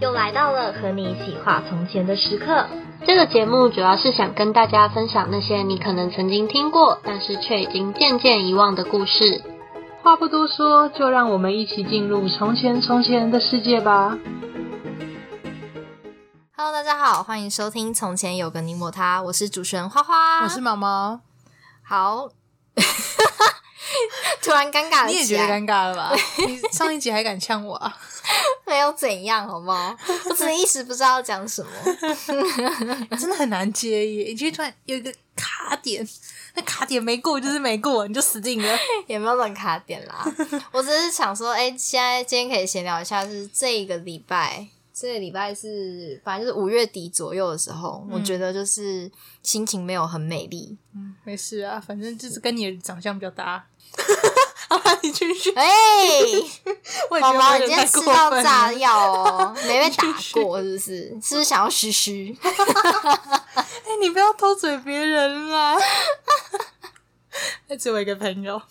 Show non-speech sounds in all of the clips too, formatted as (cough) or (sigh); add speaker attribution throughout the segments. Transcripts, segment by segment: Speaker 1: 又来到了和你一起画从前的时刻。
Speaker 2: 这个节目主要是想跟大家分享那些你可能曾经听过，但是却已经渐渐遗忘的故事。
Speaker 3: 话不多说，就让我们一起进入从前从前的世界吧。
Speaker 4: Hello，大家好，欢迎收听《从前有个你我他》，我是主持人花花，
Speaker 3: 我是毛毛，
Speaker 4: 好， (laughs) 突然尴尬了起来，
Speaker 3: 你也觉得尴尬了吧？你上一集还敢呛我
Speaker 4: (laughs)
Speaker 3: 啊？
Speaker 4: 没有怎样，好不好？我只是一时不知道要讲什么。
Speaker 3: 真的很难接耶，你就突然有一个卡点， (laughs) 那卡点没过就是没过，你就死
Speaker 4: (laughs)
Speaker 3: 定了。
Speaker 4: 也没有很卡点啦。我只是想说，哎、现在今天可以闲聊一下，是这一个礼拜，这个礼拜是反正就是五月底左右的时候，
Speaker 3: 嗯
Speaker 4: 我觉得就是心情没有很美丽。
Speaker 3: 没事啊，反正就是跟你的长相比
Speaker 4: (laughs)
Speaker 3: 较搭。好吧，你继续。 (laughs)
Speaker 4: 哎、
Speaker 3: 我也觉
Speaker 4: 宝
Speaker 3: 得
Speaker 4: 宝，
Speaker 3: 我
Speaker 4: 你今
Speaker 3: 有点
Speaker 4: 天
Speaker 3: 太
Speaker 4: 吃
Speaker 3: 过
Speaker 4: 到
Speaker 3: 分
Speaker 4: 炸
Speaker 3: 了。
Speaker 4: 药哦，没被打
Speaker 3: 继续
Speaker 4: 过是不是？是不是想要嘘嘘？
Speaker 3: 哎、你不要偷嘴别人啦。 (laughs) 那只有一个朋
Speaker 4: (laughs)
Speaker 3: 友，
Speaker 4: 啦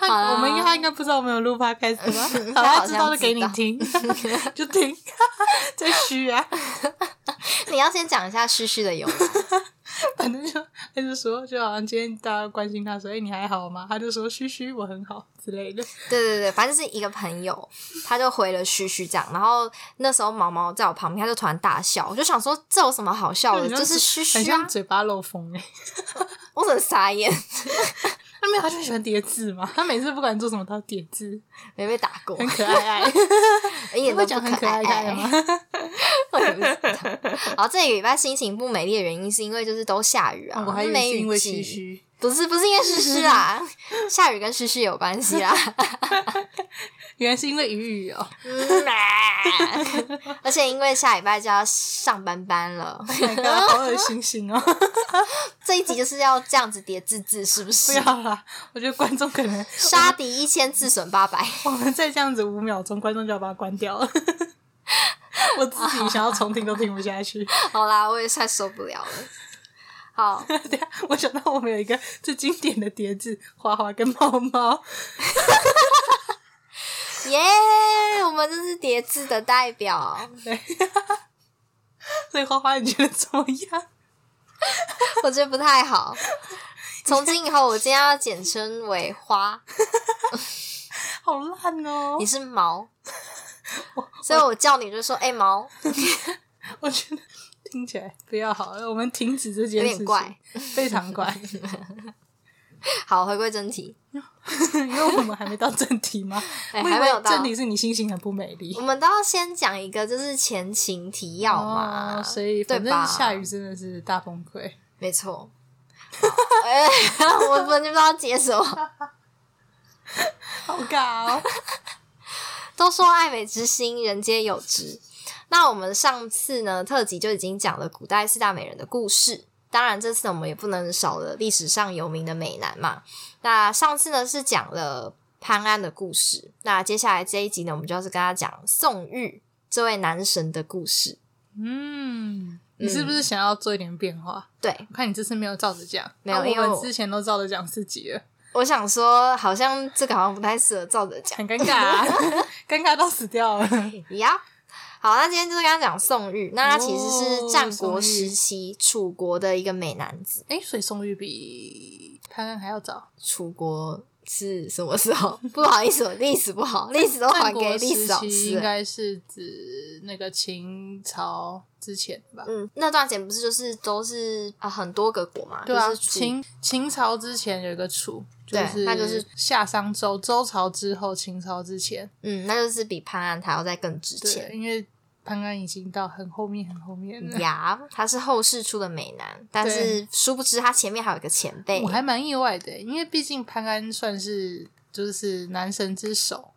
Speaker 3: 他我们应该他应该不知道我们有录 podcast
Speaker 4: (laughs)
Speaker 3: 吧？
Speaker 4: 啊他好
Speaker 3: 好，
Speaker 4: 像
Speaker 3: 他知道就给你
Speaker 4: 知道
Speaker 3: 听， (laughs) 就听， (laughs) 在虚啊。
Speaker 4: (laughs) 你要先讲一下嘘嘘的由来。 (laughs)
Speaker 3: 反正就他就说，就好像今天大家关心他说：“哎、你还好吗？”他就说：“嘘嘘，我很好之类的。
Speaker 4: 对对对，反正是一个朋友，他就回了嘘嘘这样。然后那时候毛毛在我旁边，他就突然大笑，我就想说这有什么好笑的，
Speaker 3: (laughs) 很像
Speaker 4: 哦就是嘘
Speaker 3: 很
Speaker 4: 嘘啊
Speaker 3: 像！嘴巴漏风哎、
Speaker 4: 我很傻眼， (laughs)
Speaker 3: 他没有，他就喜欢叠字嘛。他每次不管做什么，他都叠字，
Speaker 4: 没被打过
Speaker 3: 很，可爱爱。
Speaker 4: (laughs) 一点
Speaker 3: 会
Speaker 4: 都
Speaker 3: 讲
Speaker 4: 不
Speaker 3: 很可爱可
Speaker 4: (laughs)
Speaker 3: 爱吗？
Speaker 4: 我也不知道。然后这个礼拜心情不美丽的原因，是因为就是都下雨啊，
Speaker 3: 哦我还以为
Speaker 4: 梅
Speaker 3: 是因
Speaker 4: 雨
Speaker 3: 为
Speaker 4: 季
Speaker 3: 嘘，嘘，
Speaker 4: 不是不是因为湿湿啦， (laughs) 下雨跟湿湿有关系
Speaker 3: (laughs)
Speaker 4: 啦。
Speaker 3: 原来是因为雨雨哦、
Speaker 4: 嗯啊 (laughs) 而且因为下礼拜就要上班班了，
Speaker 3: Oh my god，好恶心心哦！
Speaker 4: 这一集就是要这样子叠字字，是不
Speaker 3: (laughs) 不
Speaker 4: 是？
Speaker 3: 要啦，我觉得观众可能
Speaker 4: 杀敌一千，自损八百。
Speaker 3: 我们再这样子五秒钟，观众就要把它关掉了。 (laughs) 我自己想要重听都听不下去。 (laughs)
Speaker 4: 好啦，我也快受不了了。好，
Speaker 3: 等一下，我想到我们有一个最经典的叠字，花花跟猫猫，
Speaker 4: 耶、我们这是叠字的代表，
Speaker 3: (laughs) 所以花花你觉得怎么样？
Speaker 4: 我觉得不太好。从今以后，我今天要简称为花，
Speaker 3: 好烂哦、
Speaker 4: 你是毛，所以我叫你就说哎、毛，
Speaker 3: 我觉得听起来比较好，我们停止这件
Speaker 4: 有
Speaker 3: 事
Speaker 4: 点
Speaker 3: 情，
Speaker 4: 怪。
Speaker 3: 非
Speaker 4: (laughs)
Speaker 3: 常怪，
Speaker 4: 好，回归正题，
Speaker 3: 因为我们还没到正题吗？
Speaker 4: 哎、
Speaker 3: 我以
Speaker 4: 还没有
Speaker 3: 为
Speaker 4: 到
Speaker 3: 正。题是你心情很不美丽
Speaker 4: 我。们都要先讲一个，就是前情提要嘛，
Speaker 3: 哦，所以
Speaker 4: 对
Speaker 3: 反
Speaker 4: 吧？
Speaker 3: 正下雨真的是大崩溃。
Speaker 4: 没错。哎、我我就不知道接什么。
Speaker 3: 好尬
Speaker 4: (laughs)
Speaker 3: 哦！
Speaker 4: 都说爱美之心，人皆有之。那我们上次呢特辑就已经讲了古代四大美人的故事，当然这次我们也不能少了历史上有名的美男嘛。那上次呢是讲了潘安的故事，那接下来这一集呢，我们就要是跟他讲宋玉这位男神的故事。
Speaker 3: 嗯，你是不是想要做一点变化？
Speaker 4: 对，
Speaker 3: 我看你这次没有照着讲，
Speaker 4: 没有
Speaker 3: 啊
Speaker 4: 因为
Speaker 3: 我们
Speaker 4: 我
Speaker 3: 之前都照着讲四集了，
Speaker 4: 我想说，好像这个好像不太适合照着讲。
Speaker 3: 很尴尬、
Speaker 4: (laughs)
Speaker 3: 啊，尴尬到死掉了。
Speaker 4: 呀。好，那今天就是跟他讲宋玉，那他其实是战国时期楚国的一个美男子。
Speaker 3: 哎、所以宋玉比潘安还要早，
Speaker 4: 楚国是什么时候？不好意思，我历史不好，历史都还
Speaker 3: 战
Speaker 4: 哦给
Speaker 3: 国
Speaker 4: 历史
Speaker 3: 时
Speaker 4: 老
Speaker 3: 期应
Speaker 4: 师。
Speaker 3: 该是指那个秦朝之前吧？
Speaker 4: 嗯，那段时间不是就是都是啊、很多个国嘛，
Speaker 3: 对啊，
Speaker 4: 就是楚
Speaker 3: 秦秦朝之前有一个楚，就
Speaker 4: 对
Speaker 3: 是
Speaker 4: 那就是
Speaker 3: 夏商周，周朝之后，秦朝之前，
Speaker 4: 嗯，那就是比潘安还要再更值
Speaker 3: 对，
Speaker 4: 钱。
Speaker 3: 因为潘安已经到很后面，很后面了。
Speaker 4: 呀，他是后世出的美男，但是殊不知他前面还有一个前辈
Speaker 3: 我。还蛮意外的，因为毕竟潘安算是就是男神之首，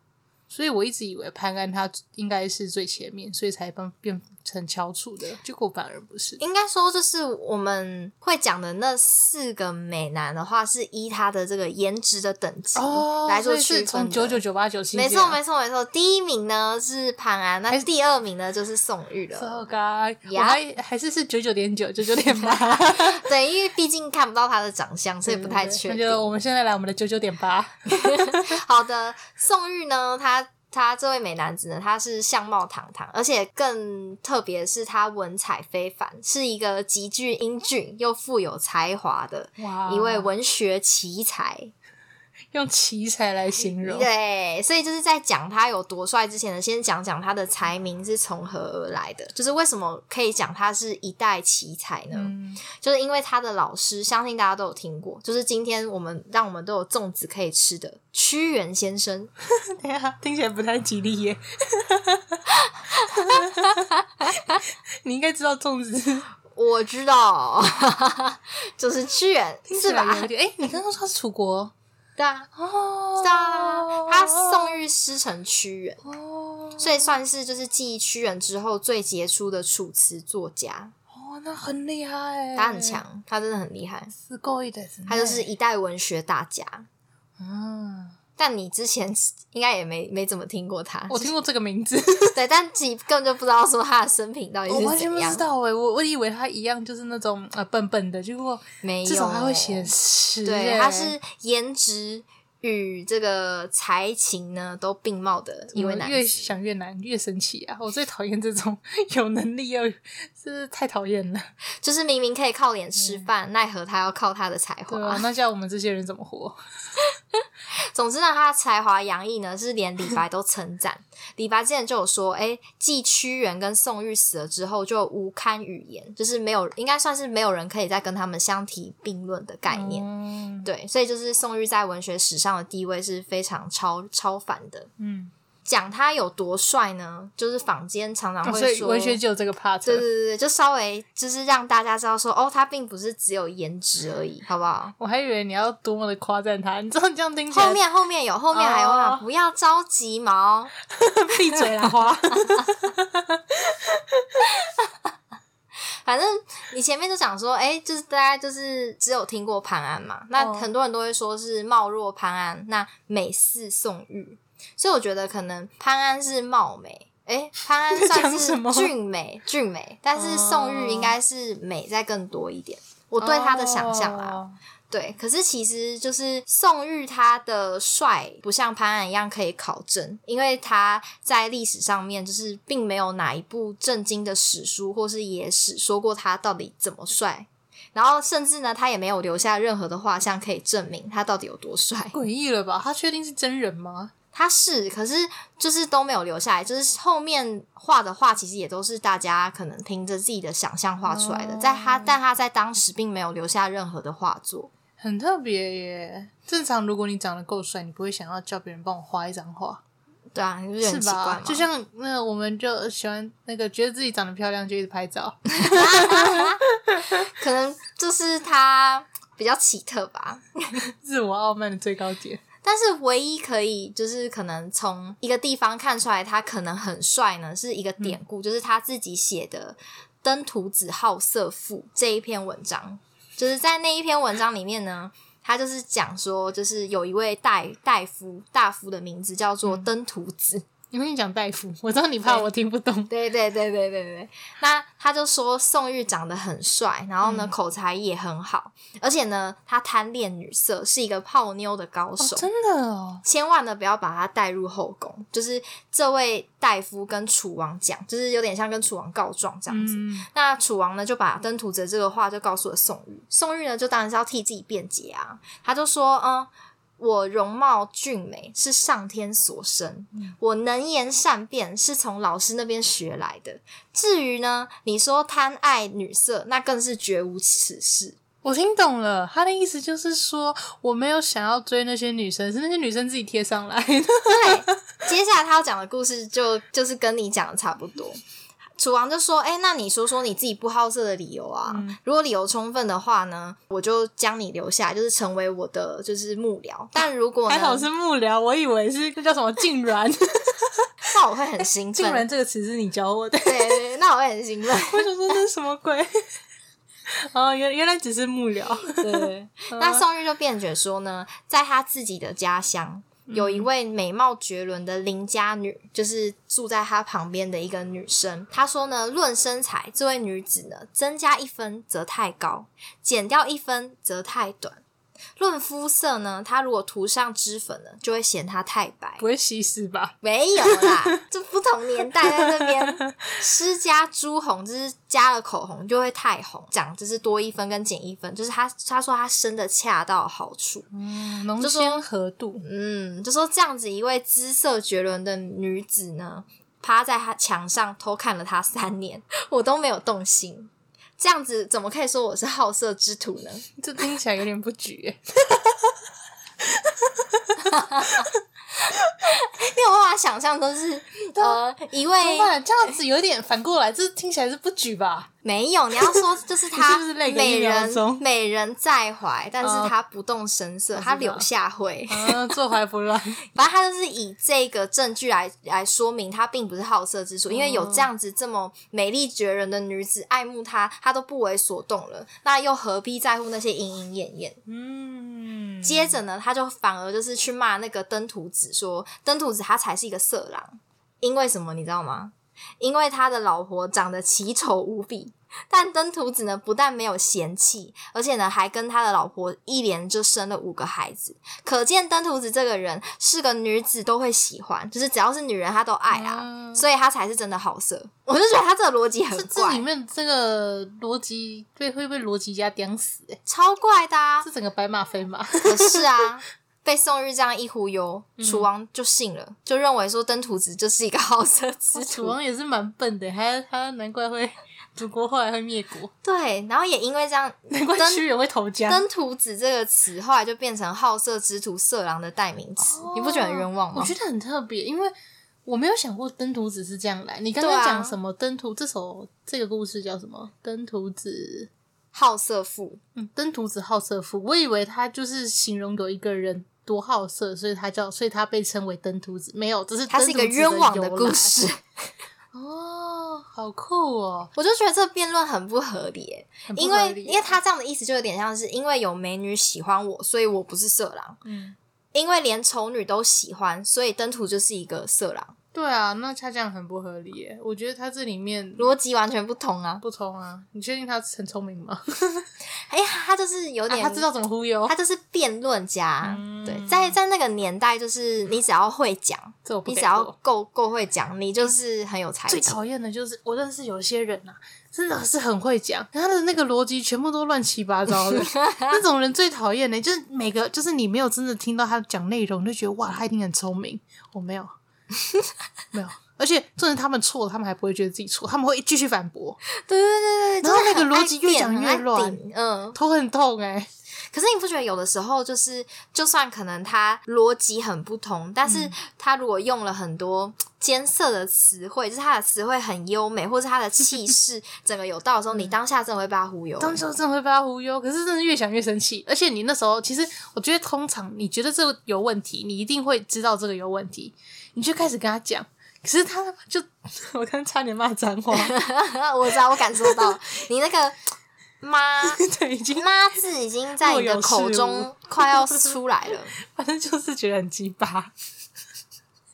Speaker 3: 所以我一直以为潘安他应该是最前面，所以才变变成翘楚的，结果反而不是。
Speaker 4: 应该说，就是我们会讲的那四个美男的话，是依他的这个颜值的等级
Speaker 3: 哦，
Speaker 4: 来
Speaker 3: 所
Speaker 4: 做
Speaker 3: 以
Speaker 4: 区
Speaker 3: 是
Speaker 4: 分
Speaker 3: 从
Speaker 4: 的
Speaker 3: 九九九八九啊七，
Speaker 4: 没错，没错，没错。第一名呢是潘安，那第二名呢就是宋玉了。
Speaker 3: So god，我啊
Speaker 4: 呀
Speaker 3: 还还是是九九点九九九点八，
Speaker 4: 对，因为毕竟看不到他的长相， (laughs) 所以不太确
Speaker 3: 那就
Speaker 4: 定。 (laughs)
Speaker 3: 我们现在来我们的九九点八，
Speaker 4: 好的，宋玉呢，他他这位美男子呢，他是相貌堂堂，而且更特别是他文采非凡，是一个极具英俊又富有才华的
Speaker 3: 哇
Speaker 4: 一位文学奇才。
Speaker 3: 用奇才来形容，
Speaker 4: 对，所以就是在讲他有多帅之前呢，先讲讲他的才名是从何而来的，就是为什么可以讲他是一代奇才呢？
Speaker 3: 嗯， (laughs)
Speaker 4: 就是因为他的老师，相信大家都有听过，就是今天我们让我们都有粽子可以吃的屈原先生。
Speaker 3: 对啊，听起来不太吉利耶。 (laughs) 你应该知道粽子
Speaker 4: 我知道， (laughs) 就是屈原
Speaker 3: 听起
Speaker 4: 是
Speaker 3: 来
Speaker 4: 吧
Speaker 3: 有？点，哎、你刚刚说是
Speaker 4: (laughs)
Speaker 3: 楚国
Speaker 4: 对啊，
Speaker 3: 哦
Speaker 4: 对啊，他宋玉师承屈原，
Speaker 3: 哦，
Speaker 4: 所以算是就是继屈原之后最杰出的楚辞作家。
Speaker 3: 哦，那很厉害，
Speaker 4: 他很，强，他真的很厉害，
Speaker 3: 是够一的，
Speaker 4: 他就是一代文学大家。
Speaker 3: 嗯，
Speaker 4: 但你之前应该也没没怎么听过他，
Speaker 3: 我听过这个名字，
Speaker 4: 对，但自己根本就不知道说他的生平到底
Speaker 3: 我完
Speaker 4: 是
Speaker 3: 全
Speaker 4: 怎
Speaker 3: 不
Speaker 4: 样
Speaker 3: 知。道哎、我我以为他一样就是那种呃笨笨的，结果
Speaker 4: 没有，
Speaker 3: 至少他会写诗、
Speaker 4: 对，
Speaker 3: 哎
Speaker 4: 他是颜值与这个才情呢都并茂的一位
Speaker 3: 我
Speaker 4: 男
Speaker 3: 嗯越
Speaker 4: 子。
Speaker 3: 想越难，越生气啊！我最讨厌这种 (laughs) 有能力又是太讨厌了，
Speaker 4: 就是明明可以靠脸吃饭，奈何他要靠他的才
Speaker 3: 嗯对啊
Speaker 4: 华。，
Speaker 3: 那叫我们这些人怎么活？
Speaker 4: (laughs) 总之呢，他的才华洋溢呢，是连李白都称赞。李白之前就有说，哎，继屈原跟宋玉死了之后，就无堪语言，就是没有，应该算是没有人可以再跟他们相提并论的概念。
Speaker 3: 嗯
Speaker 4: 对，所以就是宋玉在文学史上的地位是非常超超凡的。
Speaker 3: 嗯，
Speaker 4: 讲他有多帅呢？就是坊间常常
Speaker 3: 啊
Speaker 4: 会
Speaker 3: 所以
Speaker 4: 说，
Speaker 3: 文学就有这个 part，
Speaker 4: 对对对对，就稍微就是让大家知道说，哦，他并不是只有颜值而已，好不
Speaker 3: (laughs)
Speaker 4: 好？
Speaker 3: 我还以为你要多么的夸赞他，你知道你这样听起来，
Speaker 4: 后面后面有，后面还有啊，
Speaker 3: 哦
Speaker 4: 不要着急毛。
Speaker 3: 闭嘴
Speaker 4: (laughs)
Speaker 3: 啦，花。
Speaker 4: 反正你前面就讲说，哎、就是大家就是只有听过潘安嘛，那
Speaker 3: 哦
Speaker 4: 很多人都会说是貌若潘安，那美似宋玉，所以我觉得可能潘安是貌美。哎、潘安算
Speaker 3: 讲什
Speaker 4: 是
Speaker 3: 么
Speaker 4: 俊美，俊美，但是宋玉应该是美再更多一点。我
Speaker 3: 我
Speaker 4: 对他的想象啊
Speaker 3: 哦
Speaker 4: 对，可是其实就是宋玉他的帅不像潘安一样可以考证，因为他在历史上面就是并没有哪一部正经的史书或是野史说过他到底怎么帅，然后甚至呢他也没有留下任何的画像可以证明他到底有多帅。
Speaker 3: (laughs) 诡异了吧？他确定是真人吗？
Speaker 4: 他是，可是就是都没有留下来，就是后面画的画其实也都是大家可能凭着自己的想象画出来的，
Speaker 3: 哦
Speaker 4: 在他但他在当时并没有留下任何的画作。
Speaker 3: 很特别耶。正常，如果你长得够帅，你不会想要叫别人帮我画一张画，
Speaker 4: 对啊，你不觉得
Speaker 3: 是
Speaker 4: 很奇怪
Speaker 3: 吧
Speaker 4: 吗？？
Speaker 3: 就像那我们就喜欢那个觉得自己长得漂亮就一直拍照， (laughs)
Speaker 4: 可能就是他比较奇特吧。
Speaker 3: 自我傲慢的最高点。
Speaker 4: 但是唯一可以就是可能从一个地方看出来他可能很帅呢，是一个典故，就是他自己写的《登徒子好色赋》这一篇文章，就是在那一篇文章里面呢。他就是讲说，就是有一位大大夫，大夫的名字叫做登徒子，
Speaker 3: 你跟你讲大夫，我知道你怕我听不懂。
Speaker 4: 对对对对对对，那他就说宋玉长得很帅，然后呢、
Speaker 3: 嗯
Speaker 4: 口才也很好，而且呢他贪恋女色，是一个泡妞的高手。
Speaker 3: 真的哦，
Speaker 4: 千万呢不要把他带入后宫，就是这位大夫跟楚王讲，就是有点像跟楚王告状这样子。
Speaker 3: 嗯，
Speaker 4: 那楚王呢，就把登徒子这个话就告诉了宋玉。宋玉呢，就当然是要替自己辩解啊。他就说：“嗯，我容貌俊美是上天所生，我能言善辩是从老师那边学来的。至于呢，你说贪爱女色，那更是绝无此事。
Speaker 3: 我听懂了，他的意思就是说，我没有想要追那些女生，是那些女生自己贴上来的。
Speaker 4: 对，接下来他要讲的故事就就是跟你讲的差不多。楚王就说：“哎、那你说说你自己不好色的理由啊？
Speaker 3: 嗯
Speaker 4: 如果理由充分的话呢，我就将你留下来，就是成为我的就是幕僚。但如果呢
Speaker 3: (laughs) 还好是幕僚，我以为是那叫什么静软，
Speaker 4: 那我会很兴
Speaker 3: (laughs) 静
Speaker 4: 奋
Speaker 3: 软。这个词是你教我的。
Speaker 4: 对对，对那我会很兴奋。
Speaker 3: (laughs) 我想说这是什么鬼？ (laughs) 哦，原原来只是幕僚。 (laughs)
Speaker 4: 对，
Speaker 3: 嗯
Speaker 4: 那宋玉就辩解说呢，在他自己的家乡。”有一位美貌绝伦的邻家女，就是住在他旁边的一个女生。她说呢，论身材，这位女子呢，增加一分则太高，减掉一分则太短。论肤色呢，它如果涂上脂粉呢，就会嫌它太白
Speaker 3: 不。会西施吧？
Speaker 4: 没有啦， (laughs) 这不同年代在那边施加朱红，就是加了口红就会太红，讲就是多一分跟减一分，就是他他说他生的恰到好处，
Speaker 3: 嗯，浓
Speaker 4: 就说
Speaker 3: 鲜合度，
Speaker 4: 嗯，就说这样子一位姿色绝伦的女子呢，趴在他墙上偷看了他三年， (laughs) 我都没有动心，这样子怎么可以说我是好色之徒呢？ (laughs)
Speaker 3: 这听起来有点不举 (laughs) 耶。
Speaker 4: 没有办法想象，都是呃一位
Speaker 3: 哎怎么办？这样子有点反过来，这听起来是不举吧？
Speaker 4: 没
Speaker 3: (laughs)
Speaker 4: 有，你要说就是
Speaker 3: 你
Speaker 4: 他
Speaker 3: 是不是累个
Speaker 4: 美
Speaker 3: 一秒
Speaker 4: 人
Speaker 3: 钟
Speaker 4: 美人在怀，但是
Speaker 3: 哦
Speaker 4: 他不动声色，
Speaker 3: 知
Speaker 4: 他
Speaker 3: 道
Speaker 4: 柳下惠。
Speaker 3: 啊，坐怀不乱，
Speaker 4: 反正他就是以这个证据来来说明他并不是好色之
Speaker 3: 哦
Speaker 4: 徒，因为有这样子这么美丽绝人的女子爱慕他，他都不为所动了，那又何必在乎那些莺莺燕燕？
Speaker 3: (laughs) 嗯，
Speaker 4: 接着呢，他就反而就是去骂那个登徒子说，登徒子他才是一个色狼，因为什么你知道吗？因为他的老婆长得奇丑无比，但登徒子呢不但没有嫌弃，而且呢还跟他的老婆一连就生了五个孩子，可见登徒子这个人是个女子都会喜欢，就是只要是女人他都爱啊，
Speaker 3: 嗯
Speaker 4: 所以他才是真的好色。我就觉得他这个逻辑很
Speaker 3: 这这里
Speaker 4: 怪，
Speaker 3: 面这个逻辑被会被逻辑家刁死、欸，
Speaker 4: 超怪的啊！
Speaker 3: 这整个白马非马，
Speaker 4: 可是啊，被宋玉这样一忽悠，
Speaker 3: 嗯
Speaker 4: 楚王就信了，就认为说登徒子就是一个 (laughs) 好色
Speaker 3: (laughs)
Speaker 4: 之
Speaker 3: 哦楚
Speaker 4: 徒。
Speaker 3: 王也是蛮笨的，还他难怪会楚国后来会灭国，
Speaker 4: 对，然后也因为这样，
Speaker 3: (laughs) 难怪屈原会啊投江。
Speaker 4: 登徒子这个词后来就变成好色之徒、色狼的代名词，你不觉得很冤枉
Speaker 3: 哦我
Speaker 4: 吗
Speaker 3: 觉？得很特别，因为我没有想过登徒子是这样来。你刚
Speaker 4: 对
Speaker 3: 刚
Speaker 4: 啊
Speaker 3: 讲什么登徒？这首这个故事叫什么？登徒子，
Speaker 4: 好色妇，
Speaker 3: 嗯，登徒子好色妇。我以为他就是形容有一个人多好色，所以他叫，所以他被称为登徒子。没有，这是
Speaker 4: 它是一个
Speaker 3: 登徒子
Speaker 4: 冤枉的
Speaker 3: 由
Speaker 4: 故
Speaker 3: 来
Speaker 4: 事。
Speaker 3: (laughs) 哦，好酷哦，
Speaker 4: 我就觉得这辩论很不合理耶、
Speaker 3: 很不
Speaker 4: 因
Speaker 3: 合
Speaker 4: 为
Speaker 3: 理
Speaker 4: 因为他这样的意思就有点像是因为有美女喜欢我，所以我不是色狼；
Speaker 3: 嗯，
Speaker 4: 因为连丑女都喜欢，所以登徒就是一个色狼，
Speaker 3: 对啊，那他这样很不合理耶。我觉得他这里面
Speaker 4: 逻辑完全不同啊。
Speaker 3: 不通啊，你确定他很聪明吗？
Speaker 4: 哎呀，他就是有
Speaker 3: 啊
Speaker 4: 点、
Speaker 3: (laughs) 他知道怎么忽悠
Speaker 4: 他，就是辩论家。
Speaker 3: 嗯
Speaker 4: 对，在在那个年代，就是你只要会讲，
Speaker 3: 这我不
Speaker 4: 你只
Speaker 3: 敢
Speaker 4: 要
Speaker 3: 做
Speaker 4: 够够会讲，你就是很有才
Speaker 3: 最
Speaker 4: 气。
Speaker 3: 讨厌的就是我认识有些人啊，真的是很会讲，他的那个逻辑全部都乱七八糟的，那种人最讨厌的，就是每个就是你没有真的听到他讲内容，就觉得哇，他一定很聪明，我没有，没有。而且，重点他们错，他们还不会觉得自己错，他们会继续反驳，
Speaker 4: 对对对对对，
Speaker 3: 然后那
Speaker 4: 就是很爱
Speaker 3: 个逻辑越讲
Speaker 4: 辩
Speaker 3: 越
Speaker 4: 很爱
Speaker 3: 乱
Speaker 4: 顶嗯，
Speaker 3: 头很痛哎、
Speaker 4: 可是你不觉得有的时候就是，就算可能他逻辑很不同，但
Speaker 3: 嗯
Speaker 4: 是他如果用了很多艰涩的词汇，就是他的词汇很优美，或是他的
Speaker 3: (laughs)
Speaker 4: 气势整个有道的时候，你当下真的会被他忽悠。欸
Speaker 3: 嗯当时候真的会被他忽悠，可是真的越想越生气。而且你那时候，其实我觉得通常你觉得这个有问题，你一定会知道这个有问题，你就开始跟他讲。可是他他妈就， (laughs) 我刚差点骂脏 (laughs) 话，
Speaker 4: (laughs) 我知道，我感受
Speaker 3: (laughs)
Speaker 4: 到你那个妈
Speaker 3: 对，已经 (laughs)
Speaker 4: 妈字已经在你的口
Speaker 3: 若有
Speaker 4: 中
Speaker 3: 似
Speaker 4: 快要出来了。 (laughs)
Speaker 3: 反正就是觉得很鸡巴， (laughs)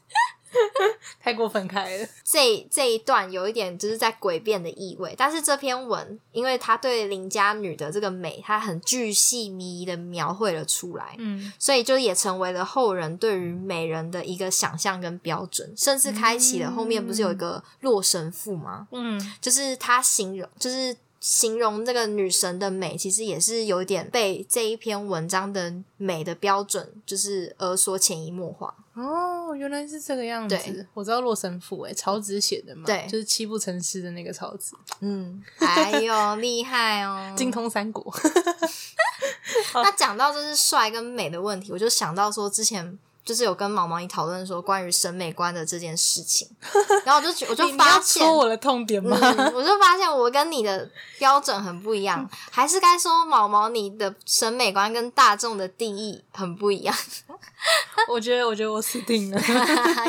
Speaker 3: 太过分开了。
Speaker 4: 这这一段有一点就是在诡辩的意味，但是这篇文因为他对邻家女的这个美，他很巨细靡遗的描绘了出来。
Speaker 3: 嗯，
Speaker 4: 所以就也成为了后人对于美人的一个想象跟标准，甚至开启了后面不是有一个《洛神赋》吗？
Speaker 3: 嗯，
Speaker 4: 就是他形容，就是形容这个女神的美，其实也是有一点被这一篇文章的美的标准，就是而所潜移默化。
Speaker 3: 哦，原来是这个样
Speaker 4: 对
Speaker 3: 子。我知道《洛神赋》哎，曹植写的嘛，
Speaker 4: 对
Speaker 3: 就是七步成诗的那个曹植，
Speaker 4: 嗯，哎呦，厉害
Speaker 3: (laughs)
Speaker 4: 哦！
Speaker 3: 精通三国。
Speaker 4: 那讲到就是帅跟美的问题，我就想到说之前。就是有跟毛毛你讨论说关于审美观的这件事
Speaker 3: (laughs)
Speaker 4: 情，然后我就觉我就
Speaker 3: 你你
Speaker 4: 发
Speaker 3: 要
Speaker 4: 现
Speaker 3: 戳我的痛点 (laughs) 吗？嗯
Speaker 4: 嗯，我就发现我跟你的标准很不一样，还是该说毛毛你的审美观跟大众的定义很不
Speaker 3: (laughs)
Speaker 4: 一样，
Speaker 3: 我觉得，我觉得我死定了。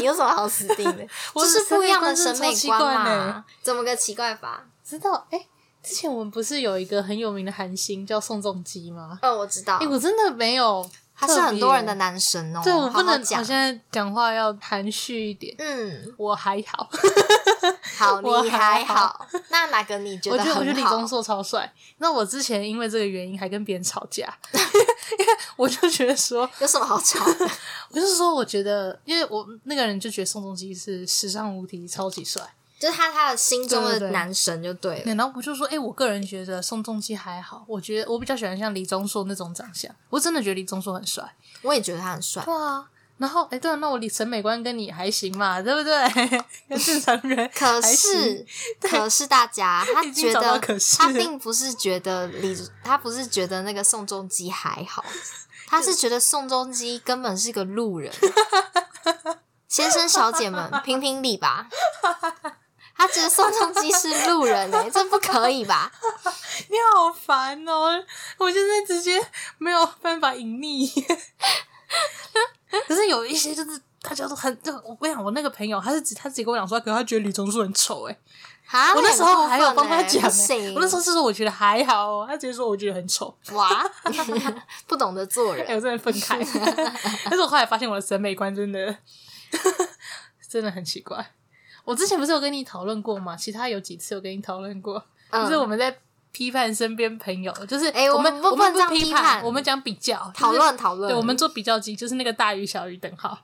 Speaker 4: 有什么好死定的？
Speaker 3: (laughs) 我
Speaker 4: 就是不一样的审美观
Speaker 3: 真的超奇怪呢
Speaker 4: 嘛，怎么个奇怪法？
Speaker 3: 知道？哎、之前我们不是有一个很有名的韩星叫宋仲基吗？
Speaker 4: 哦，我知道
Speaker 3: 哎、，我真的没有，
Speaker 4: 他是很多人的。男神哦，
Speaker 3: 对，我不
Speaker 4: 好好
Speaker 3: 能，
Speaker 4: 讲
Speaker 3: 我现。在讲话要含蓄一点。
Speaker 4: 嗯，
Speaker 3: 我还好，
Speaker 4: 好，
Speaker 3: 我
Speaker 4: 你还
Speaker 3: 还
Speaker 4: 好。 (laughs) 那哪个你觉
Speaker 3: 我
Speaker 4: 得
Speaker 3: 觉
Speaker 4: 很
Speaker 3: 得
Speaker 4: 好？
Speaker 3: 我觉得李钟硕超帅。那我之前因为这个原因还跟别人吵架， (laughs) 我就觉得说，
Speaker 4: 有什么好吵
Speaker 3: (laughs)
Speaker 4: 的？
Speaker 3: 我就是说，我觉得，因为我那个人就觉得宋仲基是时尚无敌，超级帅。
Speaker 4: 就是他他的心中
Speaker 3: 对
Speaker 4: 的
Speaker 3: 对对
Speaker 4: 男神就对了。
Speaker 3: 对，然后我就说，哎、我个人觉得宋仲基还好，我觉得我比较喜欢像李钟硕那种长相，我真的觉得李钟硕很帅。
Speaker 4: 我也觉得他很帅，
Speaker 3: 对啊，然后哎、诶对、啊，那我李审美观跟你还行嘛，对不 (laughs) 对？跟正常人
Speaker 4: 可
Speaker 3: 还行 (laughs)
Speaker 4: 是可是大家他
Speaker 3: 已
Speaker 4: 觉
Speaker 3: 经找到
Speaker 4: 得
Speaker 3: 可是
Speaker 4: 他
Speaker 3: 了
Speaker 4: 并不是觉得李，他不是觉得那个宋仲基还
Speaker 3: (laughs)
Speaker 4: 好，他是觉得宋仲基根本是个路
Speaker 3: (laughs)
Speaker 4: 人。先生小姐们，评评理
Speaker 3: (laughs)
Speaker 4: 吧。他觉得宋仲基是路人哎、这不可以吧？
Speaker 3: 你好烦哦！我现在直接没有办法隐匿。 (laughs) 可是有一些就是大家都很，就我跟你讲，我那个朋友他是只他自己跟我讲说，可是他觉得李钟硕很丑哎、
Speaker 4: 啊，
Speaker 3: 我那时候还有帮他讲、
Speaker 4: 不
Speaker 3: 欸，
Speaker 4: 行，
Speaker 3: 我那时候是说我觉得还好哦，他直接说我觉得很丑，
Speaker 4: 哇， (laughs) 不懂得做
Speaker 3: 哎、
Speaker 4: 人，
Speaker 3: 我真的愤慨。但是我后来发现我的审美观真的
Speaker 4: (laughs)
Speaker 3: 真的很奇怪。我之前不是有跟你讨论过吗？其他有几次有跟你讨论过，
Speaker 4: 嗯
Speaker 3: (laughs) 就是我们在批判身边朋友，就是
Speaker 4: 哎
Speaker 3: 我们、
Speaker 4: 我们不
Speaker 3: 我们
Speaker 4: 不能这样
Speaker 3: 批
Speaker 4: 批判
Speaker 3: 我们讲比较就是
Speaker 4: 讨论讨论。
Speaker 3: 对，我们做比较级就是那个大于小于等号。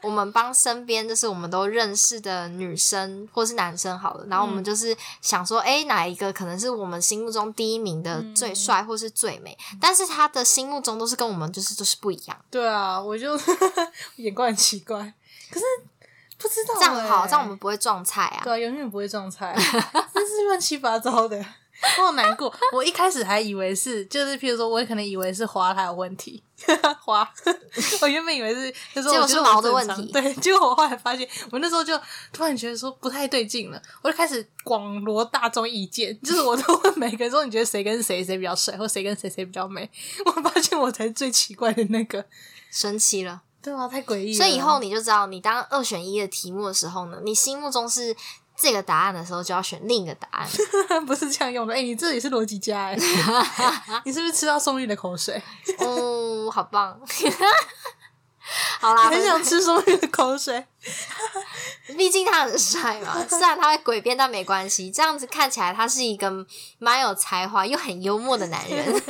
Speaker 4: 我们帮身边就是我们都认识的女生或是男生好了，然后
Speaker 3: 嗯
Speaker 4: 我们就是想说，哎、哪一个可能是我们心目中第一名的
Speaker 3: 嗯
Speaker 4: 最帅或是最美？但是他的心目中都是跟我们就是就是不一样。
Speaker 3: 对啊，
Speaker 4: (laughs)
Speaker 3: 我就眼光很奇怪，可是不知道、欸、
Speaker 4: 这样好，这样我们不会撞菜啊。
Speaker 3: 对啊，永远不会撞菜， (laughs) 真是乱七八糟的。我好难过，我一开始还以为是，就是譬如说，我可能以为是花它有问题， (laughs) 花，我原本以为是，就说
Speaker 4: 结果
Speaker 3: 我
Speaker 4: 是
Speaker 3: 觉得我
Speaker 4: 毛的
Speaker 3: 正
Speaker 4: 问
Speaker 3: 常
Speaker 4: 题
Speaker 3: 对，结果我后来发现，我那时候就突然觉得说不太对劲了，我就开始广罗大众意见，就是我都问每个人说你觉得谁跟谁谁比较帅，或谁跟谁谁比较美，我发现我才是最奇怪的那个，
Speaker 4: 神奇了。
Speaker 3: 对啊，太诡异了。
Speaker 4: 所以以后你就知道，你当二选一的题目的时候呢，你心目中是这个答案的时候，就要选另一个答
Speaker 3: (laughs)
Speaker 4: 案。
Speaker 3: 不是这样用的，哎、你这里是逻辑家
Speaker 4: (laughs)
Speaker 3: 哎、你是不是吃到宋玉的口水？
Speaker 4: 哦，好棒！ (laughs) 好啦，
Speaker 3: 很想吃松玉的
Speaker 4: (laughs)
Speaker 3: 口水。
Speaker 4: 毕竟他很帅嘛，虽然他会诡辩，但没关系。这样子看起来，他是一个蛮有才华又很幽默的男人。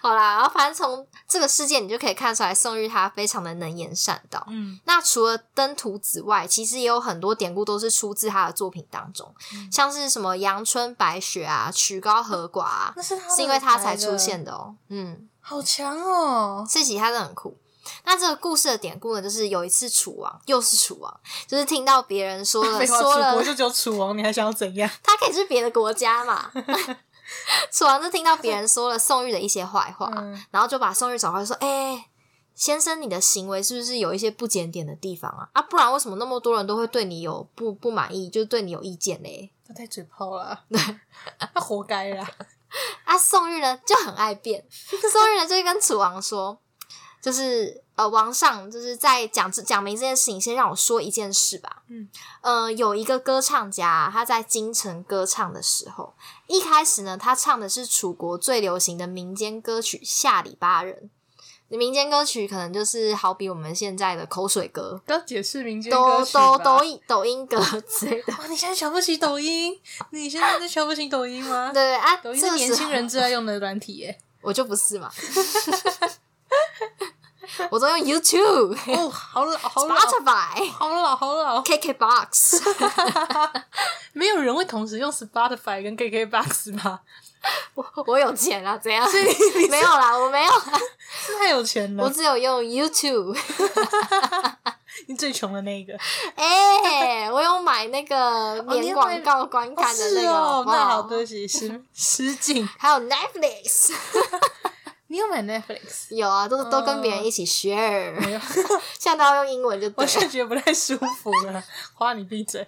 Speaker 4: 好啦，然后反正从这个事件你就可以看出来，宋玉他非常的能言善道。
Speaker 3: 嗯，
Speaker 4: 那除了登徒子外，其实也有很多典故都是出自他的作品当中，像是什么阳春白雪啊、曲高和寡啊，
Speaker 3: 那是他
Speaker 4: 是因为他才出现，的哦、嗯，
Speaker 3: 好强哦！
Speaker 4: 这集他真的很酷。那这个故事的典故呢，就是有一次楚王，又是楚王，就是听到别人说了
Speaker 3: (laughs) 废话，
Speaker 4: 说
Speaker 3: 楚
Speaker 4: 了
Speaker 3: 国，就只有楚王，你还想要怎样？
Speaker 4: 他可以去别的国家
Speaker 3: (laughs)
Speaker 4: 嘛。楚王就听到别人说了宋玉的一些坏话，
Speaker 3: 嗯
Speaker 4: 然后就把宋玉找过来说：“哎、先生，你的行为是不是有一些不检点的地方啊？啊，不然为什么那么多人都会对你有不不满意，就是对你有意见嘞？”
Speaker 3: 他太嘴炮了， (laughs) 他活该啦。
Speaker 4: 啊，宋玉呢就很爱变，宋玉呢就跟楚王说，就是呃，王上就是在讲这讲明这件事情，先让我说一件事吧。
Speaker 3: 嗯，
Speaker 4: 呃，有一个歌唱家啊、他在京城歌唱的时候，一开始呢，他唱的是楚国最流行的民间歌曲《下里巴人》。民间歌曲可能就是好比我们现在的口水歌、
Speaker 3: 不要解释民间
Speaker 4: 抖
Speaker 3: 歌曲
Speaker 4: 抖
Speaker 3: 吧
Speaker 4: 抖音抖音歌之类的。
Speaker 3: 哇！你现在瞧不起抖音？你现在在瞧不起抖音吗
Speaker 4: (laughs) 对？对啊，
Speaker 3: 抖音
Speaker 4: 这
Speaker 3: 是
Speaker 4: 个
Speaker 3: 年
Speaker 4: 时
Speaker 3: 轻
Speaker 4: 候
Speaker 3: 人最爱用的软体
Speaker 4: (laughs)
Speaker 3: 耶。
Speaker 4: 我就不是嘛，我都用 YouTube、
Speaker 3: 哦，好老，好老，
Speaker 4: Spotify、
Speaker 3: 好老，好老，
Speaker 4: KKBox，
Speaker 3: 没有人会同时用 Spotify 跟 KKBox 吧？
Speaker 4: (laughs) 我我有钱啊，怎样？ (laughs) 没有啦，我没有啦，
Speaker 3: 这太有钱
Speaker 4: 我
Speaker 3: 了，
Speaker 4: 只有用
Speaker 3: (laughs)
Speaker 4: YouTube。
Speaker 3: 你最穷的那一个。
Speaker 4: 哎、我有买那个
Speaker 3: 你
Speaker 4: 免
Speaker 3: 有
Speaker 4: 广告观看的那
Speaker 3: 是
Speaker 4: 个，
Speaker 3: 哦，
Speaker 4: 不
Speaker 3: 那好，对不起，失失敬。
Speaker 4: 还有 Netflix，
Speaker 3: (laughs) 你有买 Netflix？
Speaker 4: 有啊，都都跟别人一
Speaker 3: 哦
Speaker 4: 起 share，、现在都
Speaker 3: (laughs)
Speaker 4: 要用英文就
Speaker 3: 我
Speaker 4: 对了
Speaker 3: 现在觉得不太舒服 (laughs) 了。花，你闭嘴。